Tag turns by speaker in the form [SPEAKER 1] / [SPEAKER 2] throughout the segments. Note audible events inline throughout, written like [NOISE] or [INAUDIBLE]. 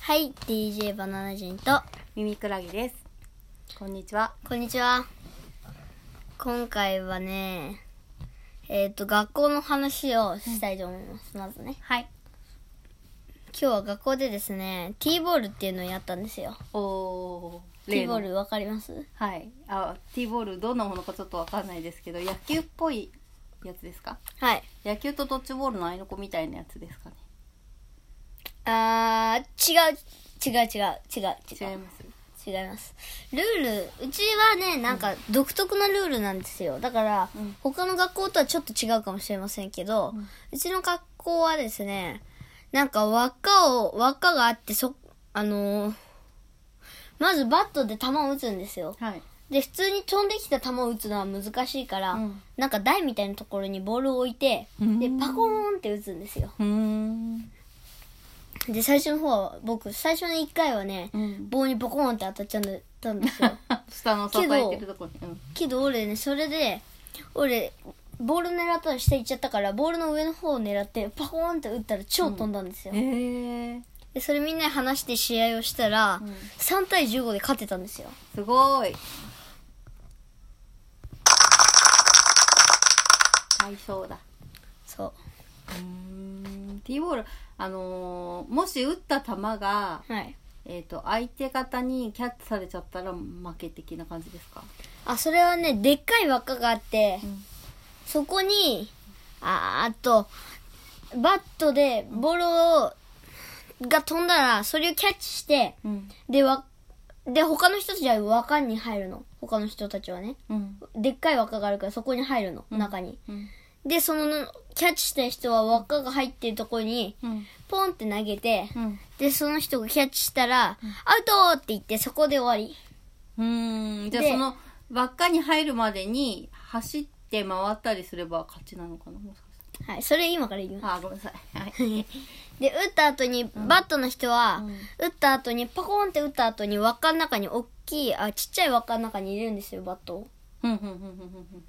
[SPEAKER 1] はい、DJ バナナ人と、
[SPEAKER 2] 耳くらげですこんにちは
[SPEAKER 1] こんにちは。今回はね、えっ、と、学校の話をしたいと思います、まずね。
[SPEAKER 2] はい
[SPEAKER 1] 今日は学校でですね、T ボールっていうのをやったんですよ。
[SPEAKER 2] おー
[SPEAKER 1] T ボー
[SPEAKER 2] 例の
[SPEAKER 1] ルわかります
[SPEAKER 2] はいあ T ボールどんなものかちょっとわかんないですけど野球っぽいやつですか
[SPEAKER 1] はい。
[SPEAKER 2] 野球とドッジボールの合いの子みたいなやつですかね
[SPEAKER 1] あー、違う、違う違う、違う、違。
[SPEAKER 2] 違いうます
[SPEAKER 1] 違います。ルール、うちはね、なんか独特なルールなんですよ。だから、
[SPEAKER 2] うん
[SPEAKER 1] 他の学校とはちょっと違うかもしれませんけど、う
[SPEAKER 2] うん
[SPEAKER 1] ちの学校はですね、なんか輪っかを、輪っかがあって、そ、あのーまずバットで球を打つんですよ。
[SPEAKER 2] はい
[SPEAKER 1] で、普通に飛んできた球を打つのは難しいから、
[SPEAKER 2] うん
[SPEAKER 1] なんか台みたいなところにボールを置いて、
[SPEAKER 2] うん
[SPEAKER 1] で、パコーンって打つんですよ。
[SPEAKER 2] うーん
[SPEAKER 1] で、最初の方は、僕、最初の1回はね、
[SPEAKER 2] うん
[SPEAKER 1] 棒にポコーンって当たっちゃったんですよ。
[SPEAKER 2] [LAUGHS] 下の支えてるとこにうん
[SPEAKER 1] けど俺ねそれで俺ボール狙ったら下行っちゃったからボールの上の方を狙ってパコーンって打ったら超飛んだんですよ、
[SPEAKER 2] えー、
[SPEAKER 1] でそれみんなで話して試合をしたら、
[SPEAKER 2] うん
[SPEAKER 1] 3対15で勝てたんですよ
[SPEAKER 2] すごーい対象だ
[SPEAKER 1] そう
[SPEAKER 2] うーん T ボール、あのーもし打った球が、
[SPEAKER 1] はい
[SPEAKER 2] えー、と相手方にキャッチされちゃったら負け的な感じですか、
[SPEAKER 1] あそれはねでっかい輪っかがあって、そこにあーっとバットでボールをが飛んだらそれをキャッチして
[SPEAKER 2] うん
[SPEAKER 1] でわで他の人たちは輪っかに入るの他の人たちはね
[SPEAKER 2] うん
[SPEAKER 1] でっかい輪っかがあるからそこに入るの、
[SPEAKER 2] うん
[SPEAKER 1] 中に
[SPEAKER 2] うん
[SPEAKER 1] でそのキャッチした人は輪っかが入ってるところに
[SPEAKER 2] うん
[SPEAKER 1] ポンって投げて、
[SPEAKER 2] うん
[SPEAKER 1] でその人がキャッチしたら、アウトって言ってそこで終わり
[SPEAKER 2] うんじゃあ
[SPEAKER 1] で
[SPEAKER 2] その輪っかに入るまでに走って回ったりすれば勝ちなのかなもしかし
[SPEAKER 1] はいそれ今から言います
[SPEAKER 2] たらあーごめんなさい、はい、
[SPEAKER 1] で打った後にバットの人は、
[SPEAKER 2] うん
[SPEAKER 1] 打った後にパコーンって打った後に輪っかの中に大きいあちっちゃい輪っかの中に入れるんですよバットを
[SPEAKER 2] うんうんうんうんうんうん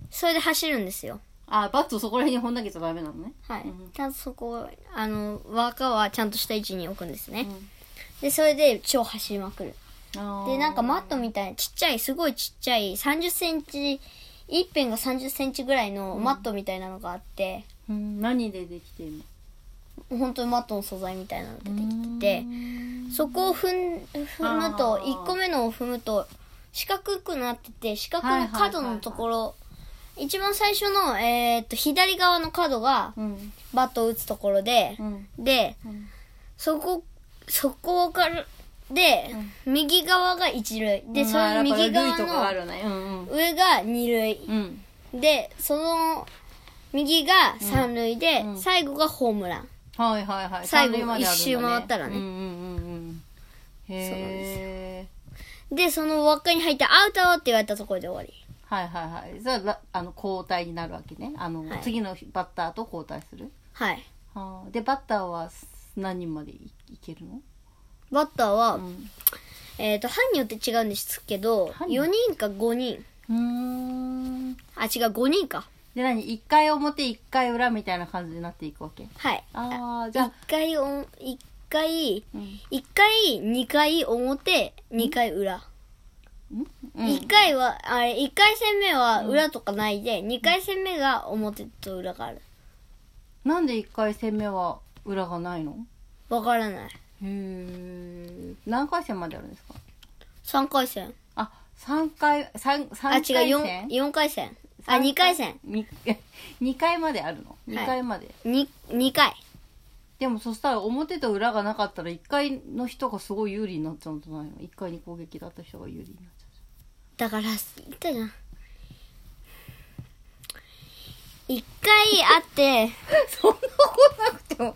[SPEAKER 1] それで走るんですよ
[SPEAKER 2] あーバットそこら辺に本投げちゃダメなのね
[SPEAKER 1] はい、
[SPEAKER 2] うん
[SPEAKER 1] ちゃんとそこをあの輪っかはちゃんとした位置に置くんですね、
[SPEAKER 2] うん
[SPEAKER 1] でそれで超走りまくる
[SPEAKER 2] あー
[SPEAKER 1] でなんかマットみたいなちっちゃいすごいちっちゃい3 0センチ一辺が3 0センチぐらいのマットみたいなのがあって、
[SPEAKER 2] うん何でできてるの
[SPEAKER 1] 本当にマットの素材みたいなのでできててそこを踏ん踏むと
[SPEAKER 2] あー
[SPEAKER 1] 1個目のを踏むと四角くなってて四角の角のところ、一番最初の、えーっと左側の角が
[SPEAKER 2] うん
[SPEAKER 1] バットを打つところで
[SPEAKER 2] う、ん
[SPEAKER 1] で
[SPEAKER 2] うん
[SPEAKER 1] そこそこからで、右側が一塁で、
[SPEAKER 2] うん
[SPEAKER 1] そ
[SPEAKER 2] まあ
[SPEAKER 1] の右
[SPEAKER 2] やっぱ
[SPEAKER 1] 側
[SPEAKER 2] ルイとかあ
[SPEAKER 1] の
[SPEAKER 2] るねうん
[SPEAKER 1] 上が二塁、
[SPEAKER 2] うんうん
[SPEAKER 1] でその右が三塁で、
[SPEAKER 2] うん
[SPEAKER 1] 最後がホームラン
[SPEAKER 2] はいはいはい
[SPEAKER 1] 最後
[SPEAKER 2] 三塁まであるんだね
[SPEAKER 1] 一周回ったらね
[SPEAKER 2] うんうんうんうんへえ
[SPEAKER 1] でその輪っかに入ってアウトって言われたところで終わり
[SPEAKER 2] はいはいはいそれはらあの交代になるわけねあの、
[SPEAKER 1] はい
[SPEAKER 2] 次のバッターと交代する
[SPEAKER 1] はい
[SPEAKER 2] あーでバッターは何人までいいけるの、
[SPEAKER 1] バッターは、
[SPEAKER 2] うん
[SPEAKER 1] えっ、と班によって違うんですけど
[SPEAKER 2] 班
[SPEAKER 1] 4人か5人
[SPEAKER 2] うーん
[SPEAKER 1] あ違う5人か
[SPEAKER 2] で何一回表一回裏みたいな感じになっていくわけ
[SPEAKER 1] はい
[SPEAKER 2] ああじゃ
[SPEAKER 1] 1
[SPEAKER 2] あ、
[SPEAKER 1] 回おん一回
[SPEAKER 2] うん
[SPEAKER 1] 一回2回表2回裏、
[SPEAKER 2] うん
[SPEAKER 1] 一1回はあれ1回戦目は裏とかないで、二2回戦目が表と裏がある
[SPEAKER 2] なんで一回戦目は裏がないの
[SPEAKER 1] わからない
[SPEAKER 2] へえ何回戦まであるんですか
[SPEAKER 1] 3回戦
[SPEAKER 2] あ、三回、三、三
[SPEAKER 1] あ、
[SPEAKER 2] 回戦
[SPEAKER 1] 違う、四四回戦。あ、
[SPEAKER 2] 三
[SPEAKER 1] 二回戦。
[SPEAKER 2] に二回まであるの二回まで。
[SPEAKER 1] に、二回。
[SPEAKER 2] でもそしたら表と裏がなかったら一回の人がすごい有利になっちゃうんじゃないの一回に攻撃だった人が有利になっちゃ
[SPEAKER 1] だから、言ったじゃん。一回あって、 [LAUGHS]
[SPEAKER 2] う。そんなことなくても。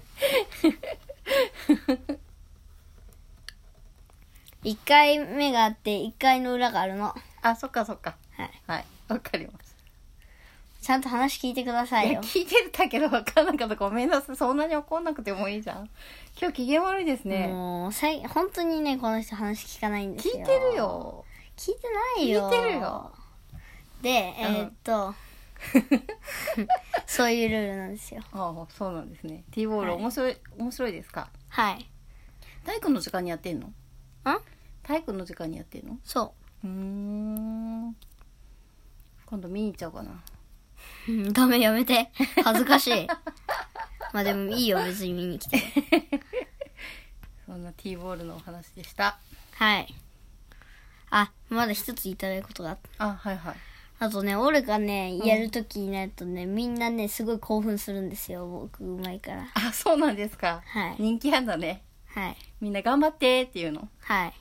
[SPEAKER 1] 一回目があって、一回の裏があるの。
[SPEAKER 2] [LAUGHS] あ、そっかそっか。
[SPEAKER 1] はい。
[SPEAKER 2] はい。わかりまし
[SPEAKER 1] ちゃんと話聞いてくださ
[SPEAKER 2] た。い
[SPEAKER 1] い
[SPEAKER 2] や、
[SPEAKER 1] よ。
[SPEAKER 2] 聞いてたけどわかんなかった。ごめんなさい。そんなに怒んなくてもいいじゃん。今日機嫌悪いですね。
[SPEAKER 1] もう、さい、本当にね、この人話聞かないんです
[SPEAKER 2] 聞
[SPEAKER 1] よ。
[SPEAKER 2] いてる。よ。
[SPEAKER 1] 聞いてないよ。
[SPEAKER 2] 聞いてるよ。
[SPEAKER 1] で、えーっ
[SPEAKER 2] [LAUGHS]
[SPEAKER 1] と、そういうルールなんですよ。
[SPEAKER 2] ああ、そうなんですね。T ボール、
[SPEAKER 1] はい
[SPEAKER 2] 面白い、面白いですか
[SPEAKER 1] はい。
[SPEAKER 2] 体育の時間にやってんの
[SPEAKER 1] あ
[SPEAKER 2] 体育の時間にやってんの
[SPEAKER 1] そう
[SPEAKER 2] ーん今度見に行っちゃおうかな
[SPEAKER 1] ううんダメやめて恥ずかしいまあでもいいよ別に見に来て
[SPEAKER 2] そんな T ボールのお話でした
[SPEAKER 1] はいあまだ一つ言いたいことがあっ
[SPEAKER 2] あはいはい
[SPEAKER 1] たあとね俺がねやるときになるとね、みんなねすごい興奮するんですよ僕うまいから
[SPEAKER 2] あそうなんですか、
[SPEAKER 1] はい
[SPEAKER 2] 人気あんだね
[SPEAKER 1] はい
[SPEAKER 2] みんな頑張ってっていうの
[SPEAKER 1] はい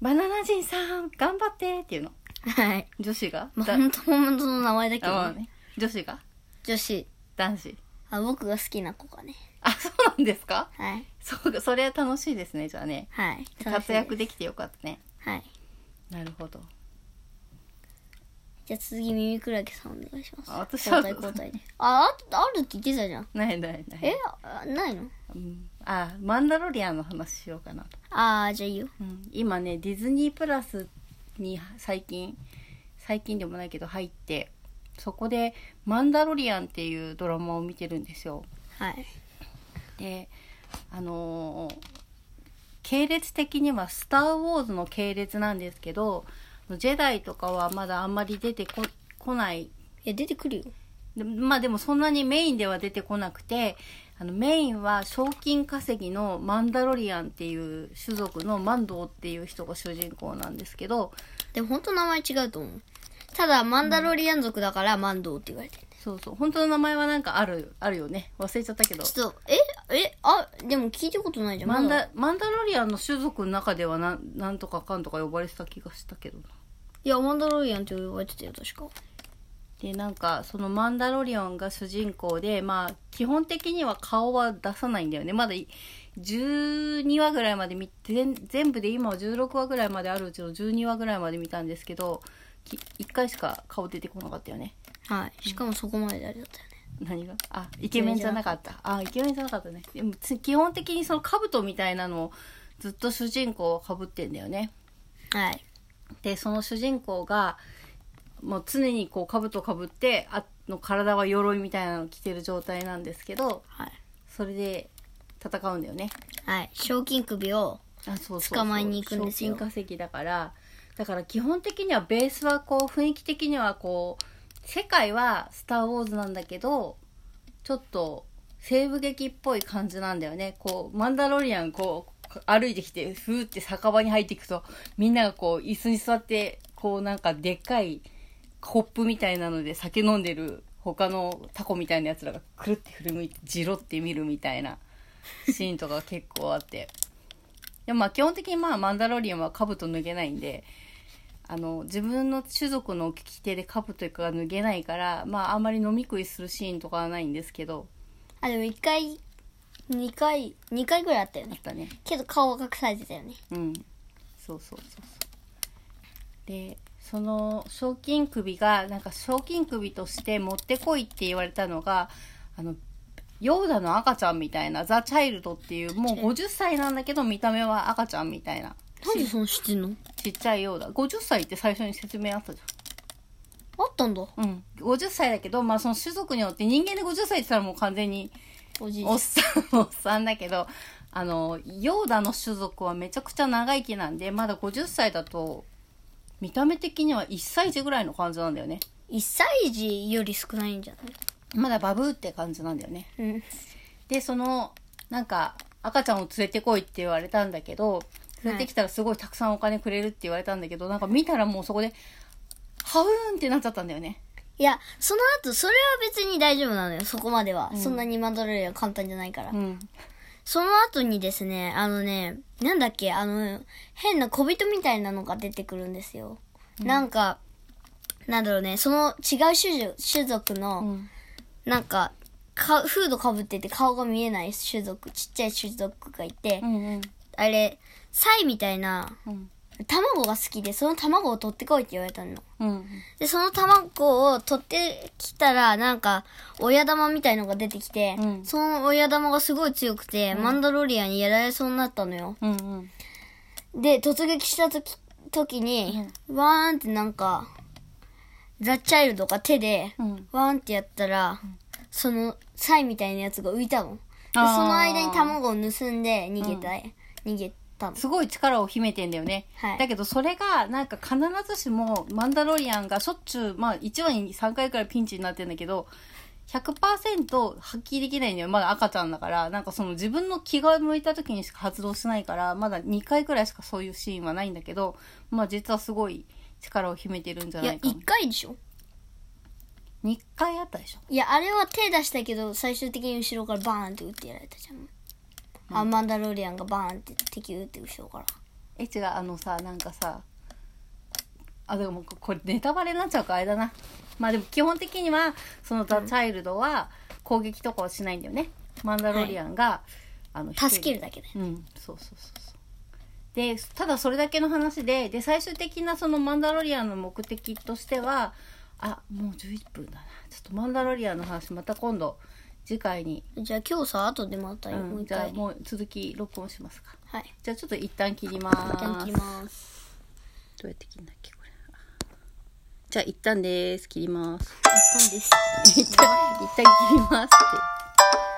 [SPEAKER 2] バナナ人さん頑張ってっていうの
[SPEAKER 1] はい
[SPEAKER 2] 女子が、
[SPEAKER 1] まあ
[SPEAKER 2] だ
[SPEAKER 1] 本当本当の名前だけ
[SPEAKER 2] あま
[SPEAKER 1] ど、
[SPEAKER 2] あ
[SPEAKER 1] ね、
[SPEAKER 2] ね女子が
[SPEAKER 1] 女子
[SPEAKER 2] 男子
[SPEAKER 1] あ僕が好きな子がね
[SPEAKER 2] あそうなんですか
[SPEAKER 1] はい
[SPEAKER 2] そうかそれは楽しいですねじゃあね
[SPEAKER 1] はい
[SPEAKER 2] 活躍
[SPEAKER 1] で
[SPEAKER 2] できてよかったね
[SPEAKER 1] はい
[SPEAKER 2] なるほど
[SPEAKER 1] じゃあ次耳クラゲさんお願いします
[SPEAKER 2] あ私は
[SPEAKER 1] 交代交代であああるって言ってたじゃん
[SPEAKER 2] ないないない
[SPEAKER 1] えあないの
[SPEAKER 2] うんあマンダロリアンの話しようかなと、
[SPEAKER 1] ああじゃあいいよ
[SPEAKER 2] うん、今ねディズニープラスに最近最近でもないけど入ってそこで「マンダロリアン」っていうドラマを見てるんですよ
[SPEAKER 1] はい
[SPEAKER 2] であのー系列的には「スター・ウォーズ」の系列なんですけどジェダイとかはまだあんまり出てここない
[SPEAKER 1] え出てくるよ
[SPEAKER 2] でまあでもそんなにメインでは出てこなくてあのメインは賞金稼ぎのマンダロリアンっていう種族のマンドーっていう人が主人公なんですけど
[SPEAKER 1] でも本当名前違うと思うただマンダロリアン族だからマンドーって言われてる、
[SPEAKER 2] そうそう本当の名前はなんかあるあるよね忘れちゃったけど
[SPEAKER 1] ちょっとええあでも聞いたことないじゃん
[SPEAKER 2] マン
[SPEAKER 1] ま
[SPEAKER 2] ダ
[SPEAKER 1] だ
[SPEAKER 2] マンダロリアンの種族の中ではなんなんとかかんとか呼ばれてた気がしたけどない
[SPEAKER 1] やマンダロリアンって呼ばれてたよ確か
[SPEAKER 2] でなんかそのマンダロリオンが主人公でまあ基本的には顔は出さないんだよねまだい12話ぐらいまで見て全全部で今は16話ぐらいまであるうちの12話ぐらいまで見たんですけどき1回しか顔出てこなかったよね
[SPEAKER 1] はいしかもそこまでであれだったよね
[SPEAKER 2] 何があイケメンじゃなかったあイケメンじゃなかったねでもつ基本的にその兜みたいなのをずっと主人公はかぶってんだよね
[SPEAKER 1] はい
[SPEAKER 2] でその主人公がもう常にこう兜をかぶってあの体は鎧みたいなのを着てる状態なんですけど
[SPEAKER 1] はい
[SPEAKER 2] それで戦うんだよね
[SPEAKER 1] はい賞金首を
[SPEAKER 2] あそう
[SPEAKER 1] 捕まえに行くんですよ
[SPEAKER 2] 賞金稼ぎだからだから基本的にはベースはこう雰囲気的にはこう世界は「スター・ウォーズ」なんだけどちょっと西部劇っぽい感じなんだよねこうマンダロリアンこう歩いてきてふーって酒場に入っていくとみんながこう椅子に座ってこうなんかでっかいコップみたいなので酒飲んでる他のタコみたいなやつらがくるって振り向いてじろって見るみたいなシーンとか結構あって。でもまあ基本的にまあマンダロリアンは兜脱げないんであの自分の種族の利き手で兜が脱げないからまああんまり飲み食いするシーンとかはないんですけど
[SPEAKER 1] あでも1回2回2回ぐらいあったよ
[SPEAKER 2] あっ
[SPEAKER 1] ね
[SPEAKER 2] たね
[SPEAKER 1] けど顔は隠されてたよね
[SPEAKER 2] うんそうそうそうそうでその賞金首がなんか賞金首として持ってこいって言われたのがあのヨーダの赤ちゃんみたいなザ・チャイルドっていうもう50歳なんだけど見た目は赤ちゃんみたいな
[SPEAKER 1] なんでその知ってんの
[SPEAKER 2] ちっちゃいヨーダ50歳って最初に説明あったじゃん
[SPEAKER 1] あったんだ
[SPEAKER 2] うん、50歳だけど、まあ、その種族によって人間で50歳って言ったらもう完全に
[SPEAKER 1] おじいちゃ
[SPEAKER 2] お
[SPEAKER 1] ん
[SPEAKER 2] っさんおっさんだけどあのヨーダの種族はめちゃくちゃ長生きなんでまだ50歳だと見た目的には1歳児ぐらいの感じなんだよね
[SPEAKER 1] 1歳児より少ないんじゃない
[SPEAKER 2] まだバブーって感じなんだよね
[SPEAKER 1] うん
[SPEAKER 2] でそのなんか赤ちゃんを連れてこいって言われたんだけど連れてきたらすごいたくさんお金くれるって言われたんだけど、なんか見たらもうそこでハウーンってなっちゃったんだよね
[SPEAKER 1] いや、その後、それは別に大丈夫なのよ、そこまでは。そんなにマンダロリアン簡単じゃないから。
[SPEAKER 2] うん
[SPEAKER 1] その後にですね、あのね、なんだっけ、あの、変な小人みたいなのが出てくるんですよ。なんか、なんだろうね、その違う種族種族の、
[SPEAKER 2] うん
[SPEAKER 1] なんか、か、フードかぶってて顔が見えない種族、ちっちゃい種族がいて、
[SPEAKER 2] うんうん
[SPEAKER 1] あれ、サイみたいな、
[SPEAKER 2] うん
[SPEAKER 1] 卵が好きで、その卵を取ってこいって言われたの。
[SPEAKER 2] うん
[SPEAKER 1] で、その卵を取ってきたら、なんか、親玉みたいのが出てきて、
[SPEAKER 2] うん
[SPEAKER 1] その親玉がすごい強くて、マンダロリアンにやられそうになったのよ。
[SPEAKER 2] うんうん
[SPEAKER 1] で、突撃したとき、時に、ワーンってなんか、ザ・チャイルドが手で、
[SPEAKER 2] うん
[SPEAKER 1] ワーンってやったら、その、サイみたいなやつが浮いたの。で、そ
[SPEAKER 2] あー
[SPEAKER 1] の間に卵を盗んで逃げたい。逃げたの。
[SPEAKER 2] すごい力を秘めてんだよね、
[SPEAKER 1] はい
[SPEAKER 2] だけどそれがなんか必ずしもマンダロリアンがしょっちゅうまあ1話に3回くらいピンチになってんだけど100%発揮できないんだよまだ赤ちゃんだからなんかその自分の気が向いた時にしか発動しないからまだ2回くらいしかそういうシーンはないんだけどまあ実はすごい力を秘めてるんじゃ
[SPEAKER 1] い
[SPEAKER 2] な
[SPEAKER 1] や、
[SPEAKER 2] いかな
[SPEAKER 1] 一回でしょ
[SPEAKER 2] 2回あったでしょ
[SPEAKER 1] いや、あれは手出したけど、最終的に後ろからバーンって撃ってやられたじゃん。あ、マンダロリアンがバーンって敵撃って後ろから。
[SPEAKER 2] え違うあのさなんかさあでもここれネタバレになっちゃうからあれだなまあでも基本的にはそのザ・チャイルドは攻撃とかはしないんだよねマンダロリアンが、あの
[SPEAKER 1] 助け
[SPEAKER 2] る
[SPEAKER 1] るだけで。
[SPEAKER 2] うんそうそうそうそうでただそれだけの話でで最終的なそのマンダロリアンの目的としてはあもう11分だなちょっとマンダロリアンの話また今度次回に、
[SPEAKER 1] じゃあ今日さ、後でまた
[SPEAKER 2] う、
[SPEAKER 1] もうん一
[SPEAKER 2] じゃあ
[SPEAKER 1] 回。
[SPEAKER 2] もう続き録音しますか
[SPEAKER 1] はい。
[SPEAKER 2] じゃあちょっと一旦切ります
[SPEAKER 1] いただきます。
[SPEAKER 2] どうやって切るんだっけこれじゃあ一旦です切ります [LAUGHS]
[SPEAKER 1] やったんです。
[SPEAKER 2] 一旦一旦切りますって